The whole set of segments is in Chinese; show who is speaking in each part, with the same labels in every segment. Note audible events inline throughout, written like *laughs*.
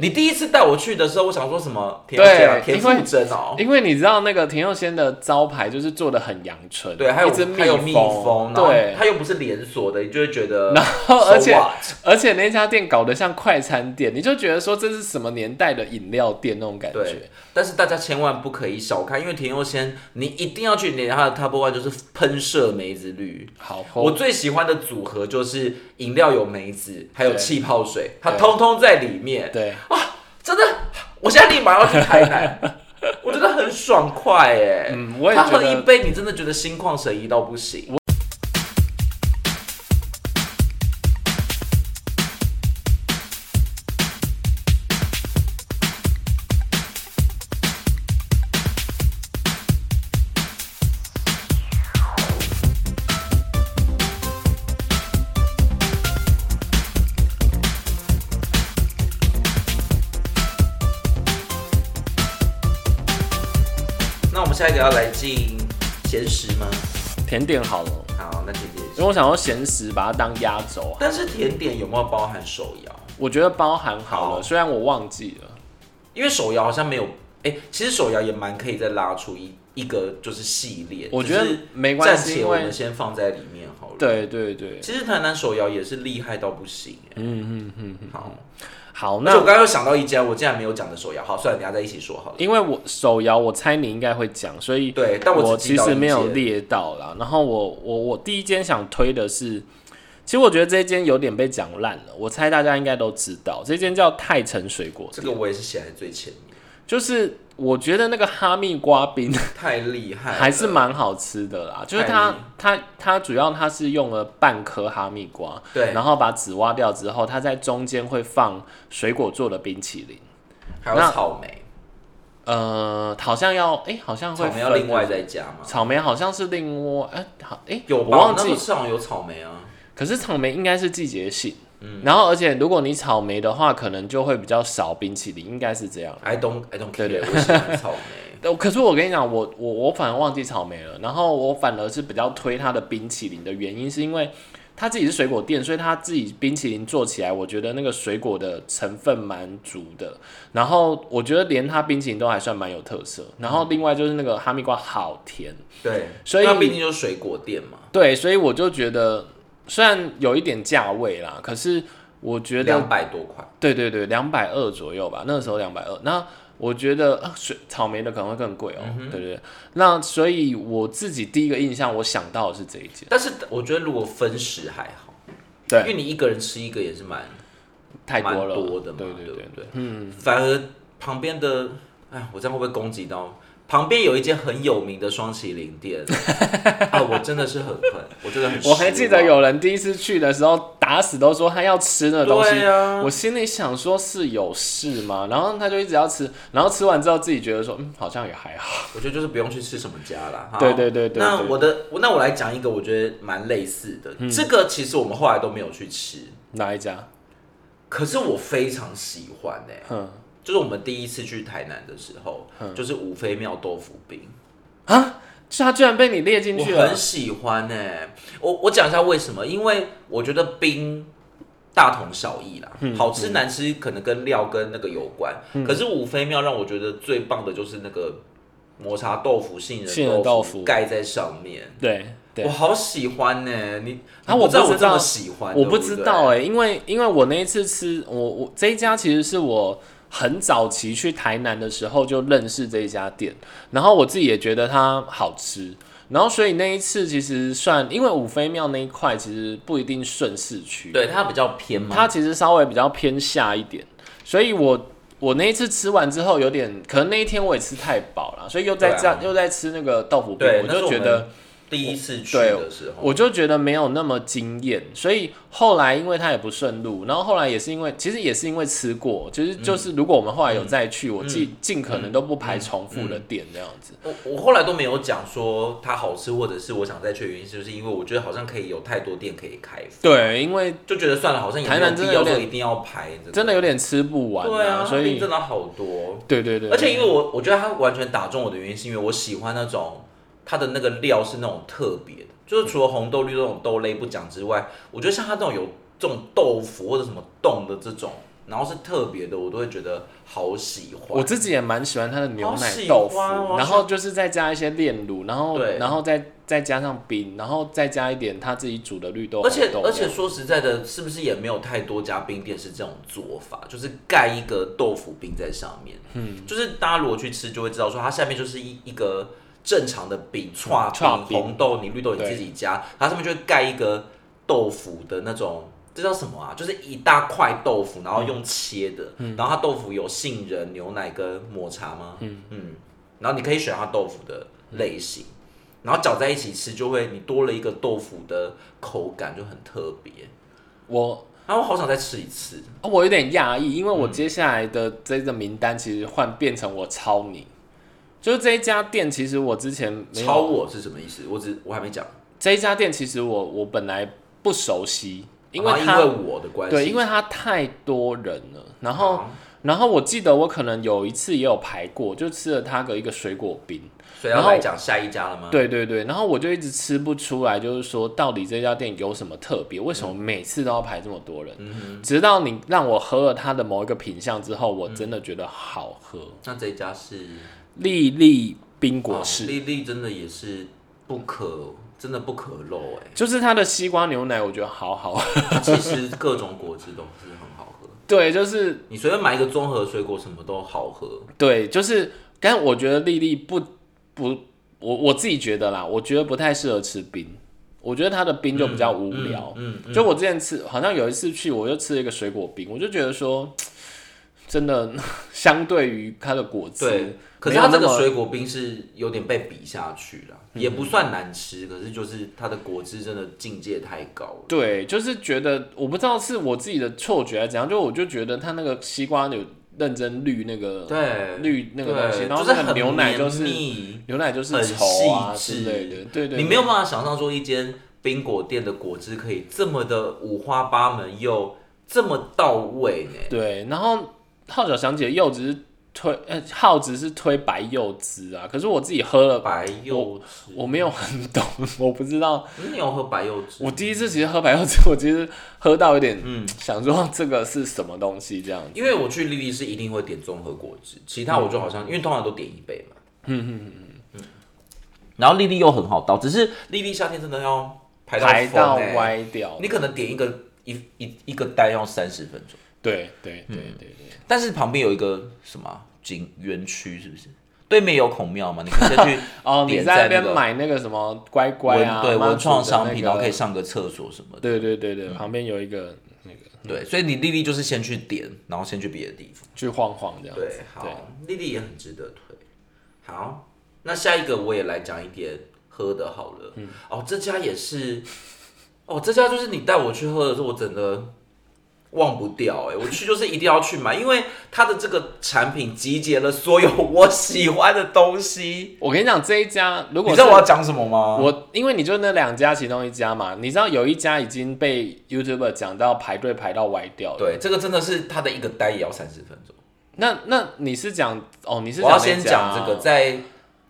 Speaker 1: 你第一次带我去的时候，我想说什么田馥甄啊、
Speaker 2: 对
Speaker 1: 田
Speaker 2: 因为
Speaker 1: 馥甄哦，
Speaker 2: 因为你知道那个田佑先的招牌就是做的很阳春，
Speaker 1: 对，还有
Speaker 2: 一只
Speaker 1: 还有蜜蜂，然后
Speaker 2: 对，
Speaker 1: 它又不是连锁的，你就会觉得，
Speaker 2: *laughs* 然后
Speaker 1: so
Speaker 2: 而且
Speaker 1: what？
Speaker 2: 而且那家店搞得像快餐店，你就觉得说这是什么年代的饮料店那种感
Speaker 1: 对
Speaker 2: 觉。，
Speaker 1: 但是大家千万不可以小看，因为田佑先，你一定要去连他的 top one 就是喷射梅子绿。
Speaker 2: 好喝，
Speaker 1: 我最喜欢的组合就是饮料有梅子，还有
Speaker 2: 对
Speaker 1: 气泡水，它
Speaker 2: 对
Speaker 1: 通通在里面。
Speaker 2: 对，
Speaker 1: 真的，我现在立马要去台南，我觉得很爽快哎。
Speaker 2: *laughs* 嗯我也
Speaker 1: 他
Speaker 2: 觉
Speaker 1: 喝一
Speaker 2: 得
Speaker 1: 杯，你真的觉得心旷神怡到不行。那我们下一个要来进咸食吗？
Speaker 2: 甜点好了，
Speaker 1: 好，那甜点
Speaker 2: 因为我想要咸食把它当压轴，啊
Speaker 1: 但是甜点有没有包含手摇？
Speaker 2: 我觉得包含好
Speaker 1: 好
Speaker 2: 了，虽然我忘记了。
Speaker 1: 因为手摇好像没有，哎、其实手摇也蛮可以再拉出一一个就是系列。
Speaker 2: 我觉得
Speaker 1: 只是
Speaker 2: 没关系
Speaker 1: 暂且
Speaker 2: 因
Speaker 1: 我
Speaker 2: 为
Speaker 1: 们先放在里面好了。，
Speaker 2: 对对对，
Speaker 1: 其实台南手摇也是厉害到不行、哎
Speaker 2: 嗯嗯嗯，嗯
Speaker 1: 好，
Speaker 2: 好，
Speaker 1: 那我
Speaker 2: 那
Speaker 1: 刚刚又想到一家，我竟然没有讲的手摇，好，算了，等一下再一起说好了。
Speaker 2: 因为我手摇，我猜你应该会讲，所以
Speaker 1: 对，但我
Speaker 2: 我
Speaker 1: 只记
Speaker 2: 其
Speaker 1: 到
Speaker 2: 实没
Speaker 1: 一
Speaker 2: 有
Speaker 1: 间
Speaker 2: 列到啦。然后我我我第一间想推的是，其实我觉得这间有点被讲烂了，我猜大家应该都知道，这间叫泰城水果
Speaker 1: 这
Speaker 2: 店，
Speaker 1: 个我也是写在最前面，
Speaker 2: 就是我觉得那个哈密瓜冰
Speaker 1: 太厉害了，
Speaker 2: 还是蛮好吃的啦，就是
Speaker 1: 太厉
Speaker 2: 它它它主要它是用了半颗哈密瓜，
Speaker 1: 对，
Speaker 2: 然后把籽挖掉之后，它在中间会放水果做的冰淇淋。
Speaker 1: 还有
Speaker 2: 那
Speaker 1: 草莓，
Speaker 2: 呃，好像要哎、好像会
Speaker 1: 草莓要
Speaker 2: 分
Speaker 1: 另外再加吗？
Speaker 2: 草莓好像是另外哎、好哎、
Speaker 1: 有
Speaker 2: 我
Speaker 1: 吧？
Speaker 2: 忘
Speaker 1: 那
Speaker 2: 记
Speaker 1: 个，市场有草莓啊，
Speaker 2: 可是草莓应该是季节性，然后而且如果你草莓的话，可能就会比较少冰淇淋，应该是这样。
Speaker 1: I don't I don't care，
Speaker 2: 对对
Speaker 1: 我喜
Speaker 2: *laughs*
Speaker 1: 欢草莓。
Speaker 2: 呃可是我跟你讲，我我我反而忘记草莓了，然后我反而是比较推它的冰淇淋的原因，是因为它自己是水果店，所以它自己冰淇淋做起来，我觉得那个水果的成分蛮足的。然后我觉得连它冰淇淋都还算蛮有特色。然后另外就是那个哈密瓜好甜，
Speaker 1: 对，
Speaker 2: 所以
Speaker 1: 那毕竟就是水果店嘛，
Speaker 2: 对，所以我就觉得虽然有一点价位啦，可是我觉得
Speaker 1: 两百多块，
Speaker 2: 对对对，两百二左右吧，那个时候两百二。那我觉得啊，水草莓的可能会更贵哦、
Speaker 1: 嗯
Speaker 2: 对对对。那所以我自己第一个印象，我想到的是这一间，
Speaker 1: 但是我觉得如果分食还好，因
Speaker 2: 对，
Speaker 1: 为你一个人吃一个也是蛮
Speaker 2: 太多了，
Speaker 1: 蛮多的嘛，
Speaker 2: 对
Speaker 1: 对
Speaker 2: 对
Speaker 1: 不对？嗯，反而旁边的，哎，我这样会不会攻击到？旁边有一间很有名的双麒麟
Speaker 2: *laughs*
Speaker 1: 店，啊，我真的是很恨，我真的很失
Speaker 2: 我
Speaker 1: 望，
Speaker 2: 还记得有人第一次去的时候，打死都说他要吃那个东西，
Speaker 1: 对啊，
Speaker 2: 我心里想说是有事吗？然后他就一直要吃，然后吃完之后自己觉得说，嗯，好像也还好。
Speaker 1: 我觉得就是不用去吃什么家啦。哈
Speaker 2: 对对对对
Speaker 1: 那
Speaker 2: 对
Speaker 1: 我的，那我来讲一个，我觉得蛮类似的。这个其实我们后来都没有去吃，
Speaker 2: 哪一家？
Speaker 1: 可是我非常喜欢哎、
Speaker 2: 嗯，
Speaker 1: 就是我们第一次去台南的时候，就是五妃庙豆腐冰，
Speaker 2: 是他居然被你列进
Speaker 1: 我
Speaker 2: 去了
Speaker 1: 很。喜欢哎、我我讲一下为什么，因为我觉得冰大同小异啦，
Speaker 2: 嗯
Speaker 1: 好吃难吃可能跟料跟那个有关。可是五妃庙让我觉得最棒的就是那个抹茶豆腐、杏
Speaker 2: 杏
Speaker 1: 仁
Speaker 2: 仁
Speaker 1: 豆
Speaker 2: 豆
Speaker 1: 腐
Speaker 2: 腐
Speaker 1: 盖在上面，
Speaker 2: 对对
Speaker 1: 我，好喜欢呢、你
Speaker 2: 啊
Speaker 1: 你
Speaker 2: 我
Speaker 1: 不知道
Speaker 2: 不知
Speaker 1: 我这么
Speaker 2: 道
Speaker 1: 喜欢，对
Speaker 2: 我不
Speaker 1: 不
Speaker 2: 知
Speaker 1: 对
Speaker 2: 道哎、因为因为我那一次吃，我我这一家其实是我很早期去台南的时候就认识这一家店，然后我自己也觉得它好吃，然后所以那一次其实算，因为五妃庙那一块其实不一定顺市区，
Speaker 1: 对它比较偏嘛，
Speaker 2: 它其实稍微比较偏下一点，所以我我那一次吃完之后有点，可能那一天我也吃太饱了，所以又在
Speaker 1: 对
Speaker 2: 这、
Speaker 1: 啊
Speaker 2: 又在吃那个豆腐饼
Speaker 1: 对，
Speaker 2: 我
Speaker 1: 那是
Speaker 2: 就
Speaker 1: 我
Speaker 2: 觉
Speaker 1: 们
Speaker 2: 得。
Speaker 1: 第一次去
Speaker 2: 对
Speaker 1: 的时候，
Speaker 2: 我就觉得没有那么惊艳，所以后来因为它也不顺路，然后后来也是因为，其实也是因为吃过，就是
Speaker 1: 嗯
Speaker 2: 就是如果我们后来有再去，我尽尽可能都不排重复的店这样子。
Speaker 1: 我我后来都没有讲说它好吃，或者是我想再去的原因，就是因为我觉得好像可以有太多店可以开，
Speaker 2: 对，因为
Speaker 1: 就觉得算了，好像也没
Speaker 2: 台
Speaker 1: 有
Speaker 2: 南
Speaker 1: 必
Speaker 2: 真的
Speaker 1: 要
Speaker 2: 有
Speaker 1: 说
Speaker 2: 点
Speaker 1: 一定要排，
Speaker 2: 真的有点吃不完
Speaker 1: 对啊，
Speaker 2: 所
Speaker 1: 冰
Speaker 2: 以
Speaker 1: 真的好多，
Speaker 2: 对对对，
Speaker 1: 而且因为我我觉得它完全打中我的原因，是因为我喜欢那种它的那个料是那种特别的，就是除了红豆绿这种豆类不讲之外，我觉得像它这种有这种豆腐或者什么冻的这种，然后是特别的，我都会觉得好喜欢。
Speaker 2: 我自己也蛮喜欢它的牛
Speaker 1: 好
Speaker 2: 奶
Speaker 1: 喜欢
Speaker 2: 豆腐，
Speaker 1: 我好
Speaker 2: 然后就是再加一些炼乳，然后
Speaker 1: 对
Speaker 2: 然后再再加上冰，然后再加一点他自己煮的绿豆
Speaker 1: 而
Speaker 2: 红
Speaker 1: 且
Speaker 2: 豆
Speaker 1: 而且
Speaker 2: 这样
Speaker 1: 说实在的，是不是也没有太多家冰店是这种做法，就是盖一个豆腐冰在上面。嗯，就是大家如果去吃，就会知道说它下面就是一一个正常的饼，串
Speaker 2: 嗯
Speaker 1: 啊
Speaker 2: 串
Speaker 1: 饼、
Speaker 2: 饼
Speaker 1: 红豆泥、绿豆你
Speaker 2: 对
Speaker 1: 自己加，它上面就会盖一个豆腐的那种。这叫什么啊？就是一大块豆腐，然后用切的，
Speaker 2: 嗯
Speaker 1: 然后它豆腐有杏仁、牛奶跟抹茶吗？嗯然后你可以选它豆腐的类型，然后搅在一起吃，就会你多了一个豆腐的口感，就很特别。
Speaker 2: 我
Speaker 1: 然后我好想再吃一次，
Speaker 2: 哦我有点讶异，因为
Speaker 1: 嗯
Speaker 2: 我接下来的这个名单其实换变成我抄你，就是这一家店其实我之前没有
Speaker 1: 超我是什么意思？我只我还没讲，
Speaker 2: 这一家店其实我我本来不熟悉，因为
Speaker 1: 啊因
Speaker 2: 它、
Speaker 1: 为我的关系，
Speaker 2: 对，因为它太多人了。然后、
Speaker 1: 啊
Speaker 2: 然后我记得我可能有一次也有排过，就吃了它的一个水果冰。
Speaker 1: 所以要
Speaker 2: 然后
Speaker 1: 来讲下一家了吗？，
Speaker 2: 对对对，然后我就一直吃不出来，就是说到底这家店有什么特别？为什
Speaker 1: 嗯
Speaker 2: 么每次都要排这么多人？直到你让我喝了它的某一个品相之后，我
Speaker 1: 嗯
Speaker 2: 真的觉得好喝，
Speaker 1: 那这一家是
Speaker 2: 丽丽冰果
Speaker 1: 哦
Speaker 2: 室。
Speaker 1: 丽丽真的也是不可，真的不可漏哎、
Speaker 2: 就是它的西瓜牛奶，我觉得好好 *laughs* 喝。
Speaker 1: *laughs* 它其实各种果汁都是很好喝，
Speaker 2: 对，就是
Speaker 1: 你随便买一个综合水果什么都好喝。
Speaker 2: 对，就是，但我觉得丽丽不不，我我自己觉得啦，我觉得不太适合吃冰，我觉得她的冰就比较无聊。
Speaker 1: 嗯，嗯
Speaker 2: 就我之前吃，好像有一次去，我就吃了一个水果冰，我就觉得说，真的 *laughs* 相对于它的果汁
Speaker 1: 对，可
Speaker 2: 没
Speaker 1: 是
Speaker 2: 有
Speaker 1: 它这
Speaker 2: 那
Speaker 1: 个
Speaker 2: 么嗯
Speaker 1: 水果冰是有点被比下去了，也不算难吃，可是就是它的果汁真的境界太高了。
Speaker 2: 对，就是觉得我不知道是我自己的错觉还是怎样，就我就觉得它那个西瓜有认真绿那个
Speaker 1: 对，
Speaker 2: 绿那个东西，
Speaker 1: 对
Speaker 2: 然后
Speaker 1: 就
Speaker 2: 那
Speaker 1: 是
Speaker 2: 个
Speaker 1: 很
Speaker 2: 牛奶
Speaker 1: 绵
Speaker 2: 就是
Speaker 1: 密
Speaker 2: 牛奶就是
Speaker 1: 很
Speaker 2: 稠啊
Speaker 1: 细
Speaker 2: 之类的
Speaker 1: 致，
Speaker 2: 对对对，
Speaker 1: 你没有办法想象说一间冰果店的果汁可以这么的五花八门又这么到位呢。
Speaker 2: 对，然后号角响起的柚子是推，呃，耗子是推白柚子啊。可是我自己喝了，
Speaker 1: 白柚汁，
Speaker 2: 我没有很懂， *laughs* 我不知道。
Speaker 1: 嗯你有喝白柚汁？
Speaker 2: 我第一次其实喝白柚子，我其实喝到有点，
Speaker 1: 嗯
Speaker 2: 想说这个是什么东西这样子。
Speaker 1: 因为我去丽丽是一定会点综合果汁，其他我就好像、因为通常都点一杯嘛。嗯嗯嗯嗯。然后丽丽又很好倒，只是丽丽夏天真的要排到
Speaker 2: 排
Speaker 1: 疯
Speaker 2: 到
Speaker 1: 欸
Speaker 2: 歪掉，
Speaker 1: 你可能点一个一一一个单要三十分钟，
Speaker 2: 对对对对对，
Speaker 1: 但是旁边有一个什么啊景园区是不是？对面有孔庙嘛？你可以先去
Speaker 2: 哦，你
Speaker 1: 点
Speaker 2: 在那
Speaker 1: 那
Speaker 2: 边
Speaker 1: 个
Speaker 2: 买那个什么乖 *laughs* 乖
Speaker 1: 文
Speaker 2: 啊，
Speaker 1: 对
Speaker 2: 妈
Speaker 1: 文
Speaker 2: 祖
Speaker 1: 创
Speaker 2: 的
Speaker 1: 商
Speaker 2: 那
Speaker 1: 品，然后
Speaker 2: 个
Speaker 1: 可以上个厕所什么的。
Speaker 2: 对对对对，旁边有一个那个
Speaker 1: 对，所以你丽丽就是先去点，然后先去别的地方。
Speaker 2: 去晃晃这样子
Speaker 1: 对，，好，丽丽也很值得推。好，那下一个我也来讲一点喝的好了。哦，这家也是，哦，这家就是你带我去喝的时候，我真的忘不掉哎、我去就是一定要去买，因为它的这个产品集结了所有我喜欢的东西。
Speaker 2: 我跟你讲这一家，如果
Speaker 1: 你知道
Speaker 2: 是
Speaker 1: 我要讲什么吗？
Speaker 2: 我因为你就那两家其中一家嘛，你知道有一家已经被 YouTuber 讲到排队排到歪掉了。
Speaker 1: 对这个真的是它的一个单也要三十分钟。
Speaker 2: 那那你是讲哦，你是
Speaker 1: 我要
Speaker 2: 哪
Speaker 1: 先
Speaker 2: 家
Speaker 1: 讲
Speaker 2: 啊
Speaker 1: 这个，，在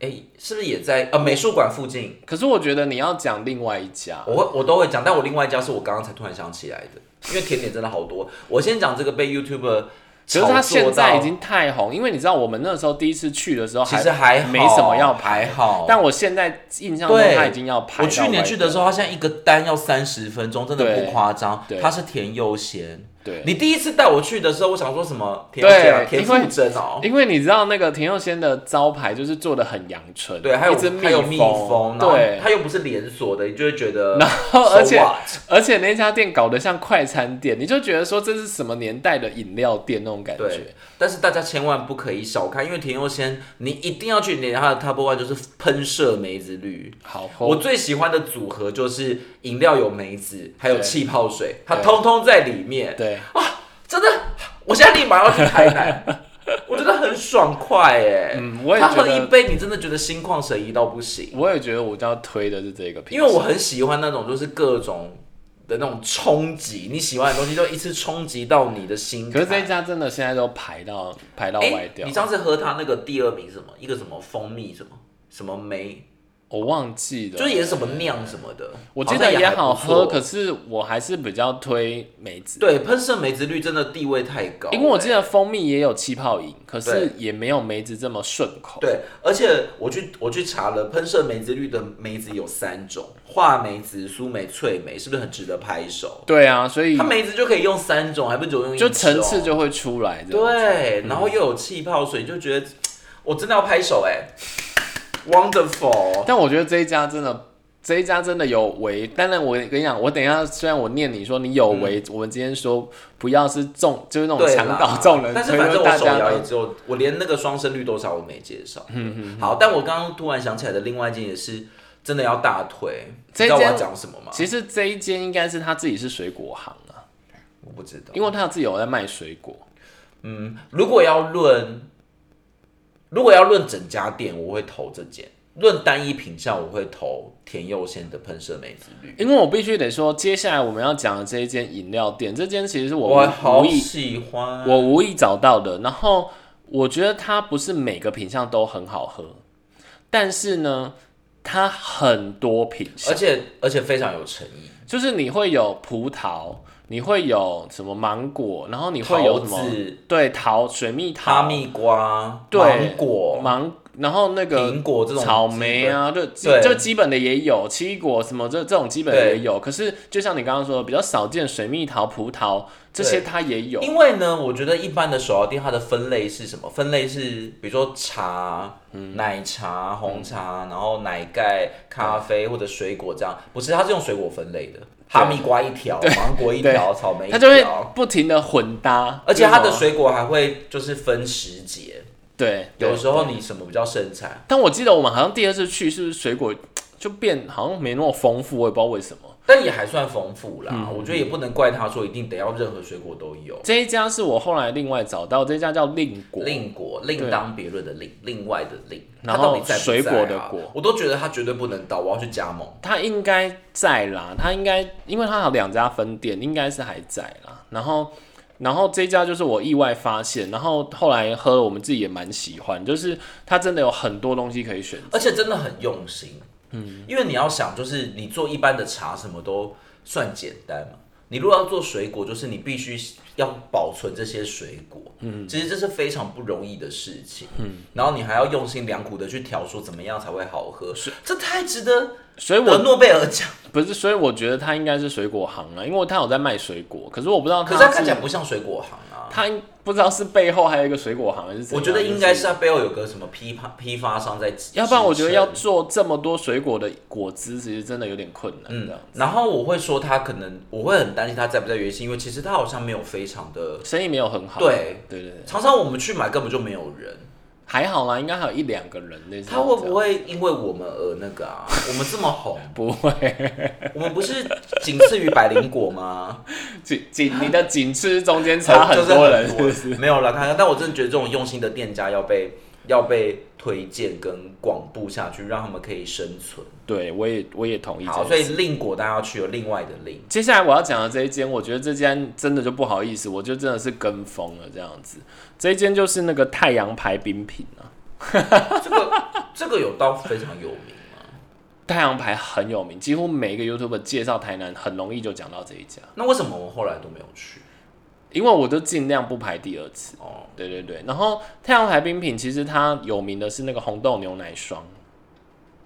Speaker 1: 哎、是不是也在呃美术馆附近？
Speaker 2: 可是我觉得你要讲另外一家，
Speaker 1: 我会我都会讲，但我另外一家是我刚刚才突然想起来的，因为甜点真的好多。我先讲这个被 YouTuber
Speaker 2: 可是
Speaker 1: 炒作
Speaker 2: 他现
Speaker 1: 到
Speaker 2: 在已经太红，因为你知道我们那时候第一次去的时候
Speaker 1: 其实还好
Speaker 2: 没什么要
Speaker 1: 还
Speaker 2: 排，
Speaker 1: 好。
Speaker 2: 但我现在印象中
Speaker 1: 对
Speaker 2: 他已经要排。
Speaker 1: 我去年去的时
Speaker 2: 候，
Speaker 1: 候，它现在一个单要三十分钟，真的
Speaker 2: 对
Speaker 1: 不夸张
Speaker 2: 对。
Speaker 1: 它是甜优先。
Speaker 2: 对，
Speaker 1: 你第一次带我去的时候，我想说什么甜优先啊，
Speaker 2: 对
Speaker 1: 甜馥甄哦，
Speaker 2: 因为你知道那个田佑先的招牌就是做的很阳春，
Speaker 1: 对，还有
Speaker 2: 一只
Speaker 1: 还有蜜蜂，啊然后
Speaker 2: 对，
Speaker 1: 它又不是连锁的，你就会觉得，
Speaker 2: 然后
Speaker 1: so
Speaker 2: *laughs* 而且
Speaker 1: what？
Speaker 2: 而且那家店搞得像快餐店，你就觉得说这是什么年代的饮料店那种感觉
Speaker 1: 对。，但是大家千万不可以小看，因为田优先你一定要去连它的 Top One 就是喷射梅子绿。
Speaker 2: 好喝，
Speaker 1: 我最喜欢的组合就是饮料有梅子，还有
Speaker 2: 对
Speaker 1: 气泡水，它
Speaker 2: 对
Speaker 1: 通通在里面。
Speaker 2: 对，
Speaker 1: 真的，我现在立马要去台
Speaker 2: *laughs*
Speaker 1: 南，我觉得很爽快哎。
Speaker 2: 嗯我也
Speaker 1: 他
Speaker 2: 觉
Speaker 1: 喝一
Speaker 2: 得，
Speaker 1: 杯，你真的觉得心旷神怡到不行，
Speaker 2: 我也觉得我就要推的是这个品
Speaker 1: 因
Speaker 2: 相，
Speaker 1: 为我很喜欢那种就是各种的那种冲击，你喜欢的东西就一次冲击到你的心
Speaker 2: 可
Speaker 1: 坎。
Speaker 2: 是这一家真的现在都排到排到
Speaker 1: 哎
Speaker 2: 歪掉
Speaker 1: 你。上次喝他那个第二名是什么？一个什么蜂蜜什么什么梅
Speaker 2: 我忘记了，
Speaker 1: 就是也是什么酿什么的，
Speaker 2: 啊我记
Speaker 1: 像
Speaker 2: 得也
Speaker 1: 还
Speaker 2: 好
Speaker 1: 不错
Speaker 2: 喝，可是我还是比较推梅子，
Speaker 1: 对喷射梅子绿真的地位太高了，
Speaker 2: 因为我记得蜂蜜也有气泡饮，可
Speaker 1: 对
Speaker 2: 是也没有梅子这么顺口。
Speaker 1: 对，而且我去我去查了，喷射梅子绿的梅子有三种，话梅子、苏梅、脆梅，是不是很值得拍手？
Speaker 2: 对啊，所以
Speaker 1: 它梅子就可以用三种，还不只用一
Speaker 2: 就
Speaker 1: 种，
Speaker 2: 层次就嗯会出来。这样子，
Speaker 1: 对，然后又有气泡水，就觉得我真的要拍手哎、Wonderful！
Speaker 2: 但我觉得这一家真的，这一家真的有为。当然，我跟你讲，我等一下虽然我念你说你有为，我们今天说不要是众，就是那种
Speaker 1: 嗯对
Speaker 2: 墙倒
Speaker 1: 啦，
Speaker 2: 众人
Speaker 1: 但是
Speaker 2: 推，
Speaker 1: 反正
Speaker 2: 就
Speaker 1: 我
Speaker 2: 大
Speaker 1: 手
Speaker 2: 家
Speaker 1: 摇
Speaker 2: 都
Speaker 1: 也只有我连那个双生绿豆沙我没介绍。嗯嗯。好，但我刚刚突然想起来的另外一件也是真的要大推，
Speaker 2: 这
Speaker 1: 你知道我要
Speaker 2: 间
Speaker 1: 讲什么吗？
Speaker 2: 其实这一间应该是他自己是水果行啊，
Speaker 1: 我不知道。
Speaker 2: 因为他自己有在卖水果。
Speaker 1: 嗯，如果要论，如果要论整家店，我会投这间；论单一品相，我会投田佑先的喷射梅子绿。
Speaker 2: 因为我必须得说，接下来我们要讲的这一间饮料店，这间其实是我
Speaker 1: 我
Speaker 2: 无
Speaker 1: 好
Speaker 2: 无意
Speaker 1: 喜欢，
Speaker 2: 我无意找到的。然后我觉得它不是每个品相都很好喝，但是呢，它很多品
Speaker 1: 而
Speaker 2: 相，
Speaker 1: 且而且非常有诚意。
Speaker 2: 就是你会有葡萄，你会有什么芒果，然后你会
Speaker 1: 桃
Speaker 2: 有什么
Speaker 1: 子、
Speaker 2: 对桃水蜜
Speaker 1: 哈
Speaker 2: 桃、
Speaker 1: 密瓜、
Speaker 2: 对
Speaker 1: 芒果、
Speaker 2: 芒，然后那个
Speaker 1: 苹果这种
Speaker 2: 草莓啊，就基
Speaker 1: 对
Speaker 2: 就基本的也有，奇异果什么这这种基本的也有。可是就像你刚刚说的，比较少见水蜜桃、葡萄这些它也
Speaker 1: 基本。
Speaker 2: 有。
Speaker 1: 因为呢，我觉得一般的手摇店它的分类是什么？分类是比如说茶、奶茶、红
Speaker 2: 嗯
Speaker 1: 茶，然后奶盖、咖啡或者水果这样。不是，它是用水果分类的，哈密瓜一条，芒果一条，草莓一
Speaker 2: 它就会
Speaker 1: 条。
Speaker 2: 不停的混搭，
Speaker 1: 而且它
Speaker 2: 就
Speaker 1: 的
Speaker 2: 是
Speaker 1: 水果还会就是分时节，
Speaker 2: 对，
Speaker 1: 有
Speaker 2: 对
Speaker 1: 时候你什么比较盛产，
Speaker 2: 但我记得我们好像第二次去，是不是水果就变好像没那么丰富，我也不知道为什么。
Speaker 1: 但也还算丰富
Speaker 2: 嗯
Speaker 1: 啦。我觉得也不能怪他说一定得要任何水果都有。
Speaker 2: 这一家是我后来另外找到，这一家叫令果，
Speaker 1: 另果另当别论的另，另外的另，
Speaker 2: 然
Speaker 1: 它
Speaker 2: 后
Speaker 1: 到底在不在啊
Speaker 2: 水果的果，
Speaker 1: 我都觉得它绝对不能倒，我要去加盟。
Speaker 2: 它应该在啦，它应该因为它有两家分店，应该是还在啦。然后，然后这一家就是我意外发现，然后后来喝了我们自己也蛮喜欢，就是它真的有很多东西可以选。
Speaker 1: 而且真的很用心。嗯，因为你要想，就是你做一般的茶什么都算简单嘛。你如果要做水果，就是你必须要保存这些水果。嗯，其实这是非常不容易的事情。嗯，然后你还要用心良苦的去调，说怎么样才会好喝。这太值得
Speaker 2: 所以我
Speaker 1: 得诺贝尔奖。
Speaker 2: 不是，所以我觉得它应该是水果行啊了，因为它有在卖水果，可是我不知道
Speaker 1: 可是它
Speaker 2: 它
Speaker 1: 看起
Speaker 2: 是
Speaker 1: 来不像水果行啊。
Speaker 2: 它不知道是背后还有一个水果行还是怎样。啊
Speaker 1: 我觉得应该是它背后有个什么批发批发商在支撑，
Speaker 2: 要不然我觉得要做这么多水果的果汁，其实真的有点困难。
Speaker 1: 嗯
Speaker 2: 这样，
Speaker 1: 然后我会说他可能我会很担心他在不在原因，是因为其实他好像没有非常的
Speaker 2: 生意没有很好。
Speaker 1: 对，
Speaker 2: 对对对，
Speaker 1: 常常我们去买根本就没有人，
Speaker 2: 还好啦，应该还有一两个人那。
Speaker 1: 他会不会因为我们而那个
Speaker 2: *laughs*
Speaker 1: 啊？我们这么红，
Speaker 2: 不会？
Speaker 1: 我们不是仅次于百灵果
Speaker 2: *laughs*
Speaker 1: 吗？
Speaker 2: 仅仅你的仅次中间差很多 *laughs* 人，是不？
Speaker 1: 就是是没有啦，看看，但我真的觉得这种用心的店家要被要被推荐跟广布下去，让他们可以生存。
Speaker 2: 对，我也我也同意这
Speaker 1: 好，
Speaker 2: 件
Speaker 1: 所以
Speaker 2: 事。
Speaker 1: 令果大家要去有另外的令。
Speaker 2: 接下来我要讲的这一间，我觉得这间真的就不好意思，我就真的是跟风了这样子。这一间就是那个太阳牌冰品啊，
Speaker 1: 这个 *laughs* 这个有到非常有名吗？
Speaker 2: 太阳牌很有名，几乎每一个 YouTube 介绍台南，很容易就讲到这一家，
Speaker 1: 那为什么我后来都没有去？
Speaker 2: 因为我都尽量不排第二次。
Speaker 1: 哦，
Speaker 2: 对对对，然后太阳牌冰品其实它有名的是那个红豆牛奶霜，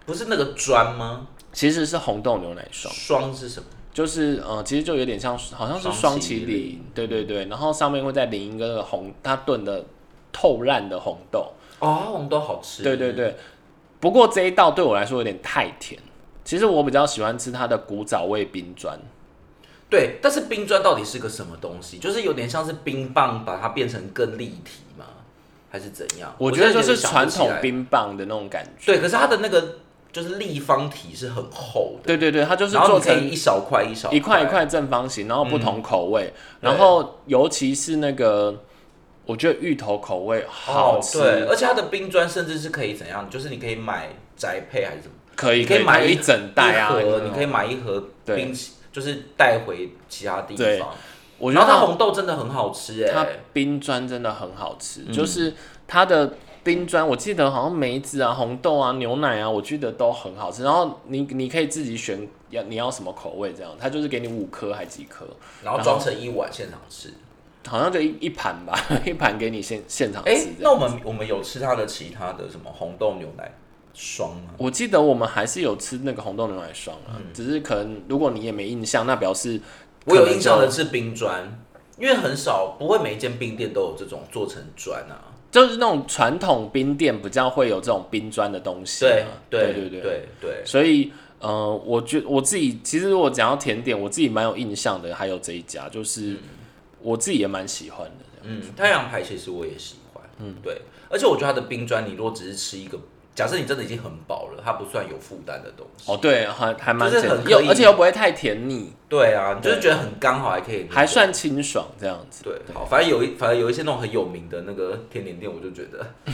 Speaker 1: 不是那个砖吗？
Speaker 2: 其实是红豆牛奶霜，
Speaker 1: 霜是什么？
Speaker 2: 就是呃，其实就有点像好像是双
Speaker 1: 双
Speaker 2: 麒
Speaker 1: 麒
Speaker 2: 麟
Speaker 1: 麟，
Speaker 2: 对对对，然后上面会再淋一个红它炖的透烂的红豆，
Speaker 1: 哦，红豆好吃。
Speaker 2: 对对，对。不过这一道对我来说有点太甜，其实我比较喜欢吃它的古早味冰砖，
Speaker 1: 对，但是冰砖到底是个什么东西？就是有点像是冰棒，把它变成更立体吗？还是怎样？
Speaker 2: 我觉得就
Speaker 1: 现在有
Speaker 2: 是
Speaker 1: 点想
Speaker 2: 传
Speaker 1: 不起
Speaker 2: 统
Speaker 1: 来。
Speaker 2: 冰棒的那种感觉。
Speaker 1: 对，可是它的那个就是立方体是很厚的，
Speaker 2: 对对对，它就是
Speaker 1: 然后
Speaker 2: 做
Speaker 1: 你可
Speaker 2: 成
Speaker 1: 以一小块一小
Speaker 2: 一块一块正方形，然后不同口味，
Speaker 1: 嗯对
Speaker 2: 然后尤其是那个，我觉得芋头口味好
Speaker 1: 哦，
Speaker 2: 吃，
Speaker 1: 对，而且它的冰砖甚至是可以怎样？就是你可以买宅配还是怎么？
Speaker 2: 可以
Speaker 1: 你可以买
Speaker 2: 一整袋啊
Speaker 1: 一，盒
Speaker 2: 那
Speaker 1: 你
Speaker 2: 种
Speaker 1: 可以买一盒
Speaker 2: 对
Speaker 1: 冰淇，就是带回其他地
Speaker 2: 对
Speaker 1: 方。
Speaker 2: 我觉
Speaker 1: 然
Speaker 2: 得
Speaker 1: 后它
Speaker 2: 它
Speaker 1: 红豆真的很好吃哎、
Speaker 2: 它冰砖真的很好吃，就是它的冰砖，我记得好像梅子啊、红豆啊、牛奶啊，我记得都很好吃。然后你你可以自己选要你要什么口味，这样它就是给你五颗还几颗，
Speaker 1: 然后装成一碗现场吃。
Speaker 2: 好像就一一盘吧， *laughs* 一盘给你现现场吃
Speaker 1: 哎、
Speaker 2: 这
Speaker 1: 那
Speaker 2: 样。
Speaker 1: 我们我们有吃它的其他的什么红豆牛奶霜吗？
Speaker 2: 我记得我们还是有吃那个红豆牛奶霜啊，只是可能如果你也没印象，那表示
Speaker 1: 嗯我有
Speaker 2: 可能
Speaker 1: 印象的
Speaker 2: 就是
Speaker 1: 冰砖，因为很少，不会每一间冰店都有这种做成砖啊。
Speaker 2: 就是那种传统冰店比较会有这种冰砖的东西啊、
Speaker 1: 对
Speaker 2: 对
Speaker 1: 对
Speaker 2: 对
Speaker 1: 对对，
Speaker 2: 所以，呃，我觉我自己其实我讲到甜点，我自己蛮有印象的，还有这一家，就是我自己也蛮喜欢的。
Speaker 1: 嗯，太阳牌其实我也喜欢，嗯，对，而且我觉得它的冰砖，你如果只是吃一个，假设你真的已经很饱了，它不算有负担的东西。
Speaker 2: 哦，对，还还蛮
Speaker 1: 就是
Speaker 2: 简单
Speaker 1: 很可
Speaker 2: 又
Speaker 1: 以
Speaker 2: 而且又不会太甜腻，
Speaker 1: 对啊，你就是觉得很刚好，还可以，
Speaker 2: 还算清爽这样子。
Speaker 1: 对，好，反正有一反正有一些那种很有名的那个甜点店，我就觉得 *laughs*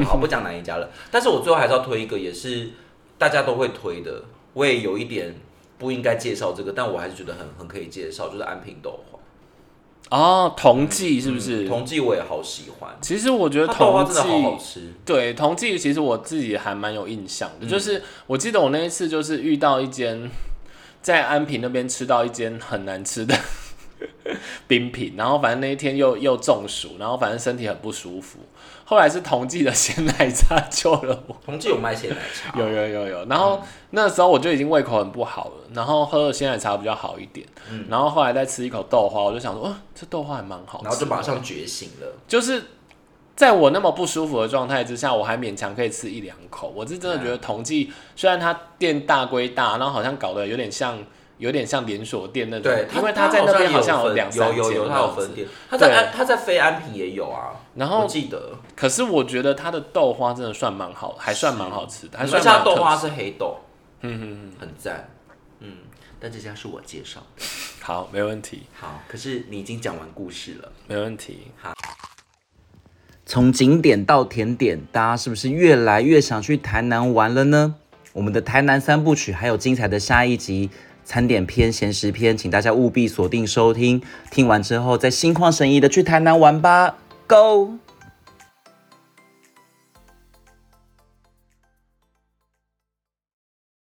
Speaker 1: 我好不讲哪一家了。但是我最后还是要推一个，也是大家都会推的，我也有一点不应该介绍这个，但我还是觉得很很可以介绍，就是安平豆花，
Speaker 2: 哦，同济是不是？
Speaker 1: 嗯同济我也好喜欢，
Speaker 2: 其实我觉得
Speaker 1: 它豆花
Speaker 2: 同
Speaker 1: 真
Speaker 2: 济
Speaker 1: 的好好吃。
Speaker 2: 对，同济其实我自己还蛮有印象的，就是我记得我那一次就是遇到一间在安平那边吃到一间很难吃的 *laughs* 冰品，然后反正那一天又又中暑，然后反正身体很不舒服，后来是同济的鲜奶茶救了我。
Speaker 1: 同济有卖鲜奶
Speaker 2: *laughs*
Speaker 1: 茶，
Speaker 2: 有有有有，然后那时候我就已经胃口很不好了，然后喝了鲜奶茶比较好一点，然后后来再吃一口豆花，我就想说，哦，这豆花还蛮好吃的，
Speaker 1: 然后就马上觉醒了。
Speaker 2: 就是在我那么不舒服的状态之下，我还勉强可以吃一两口。我是真的觉得
Speaker 1: 啊
Speaker 2: 统计，虽然它店大归大，然后好像搞得有点像有点像连锁店那种
Speaker 1: 对，，
Speaker 2: 因为它在那边好像
Speaker 1: 有
Speaker 2: 有
Speaker 1: 分
Speaker 2: 两
Speaker 1: 有
Speaker 2: 三间
Speaker 1: 有有，
Speaker 2: 这
Speaker 1: 它有
Speaker 2: 样
Speaker 1: 分
Speaker 2: 子。
Speaker 1: 店，它在
Speaker 2: 对
Speaker 1: 安它在非安平也有啊。
Speaker 2: 然
Speaker 1: 我
Speaker 2: 后，
Speaker 1: 记得，
Speaker 2: 可是我觉得它的豆花真的算蛮好，还算蛮好吃的，还
Speaker 1: 而
Speaker 2: 算
Speaker 1: 且
Speaker 2: 蛮
Speaker 1: 它
Speaker 2: 有特
Speaker 1: 豆
Speaker 2: 色
Speaker 1: 花是黑豆，嗯嗯嗯，很赞，嗯，但这家是我介绍的。
Speaker 2: 好，没问题，
Speaker 1: 好，可是你已经讲完故事了。
Speaker 2: 没问题。
Speaker 3: 从景点到甜点，大家是不是越来越想去台南玩了呢？我们的台南三部曲还有精彩的下一集餐点篇、闲食篇，请大家务必锁定收听。听完之后，再心旷神怡的去台南玩吧，Go！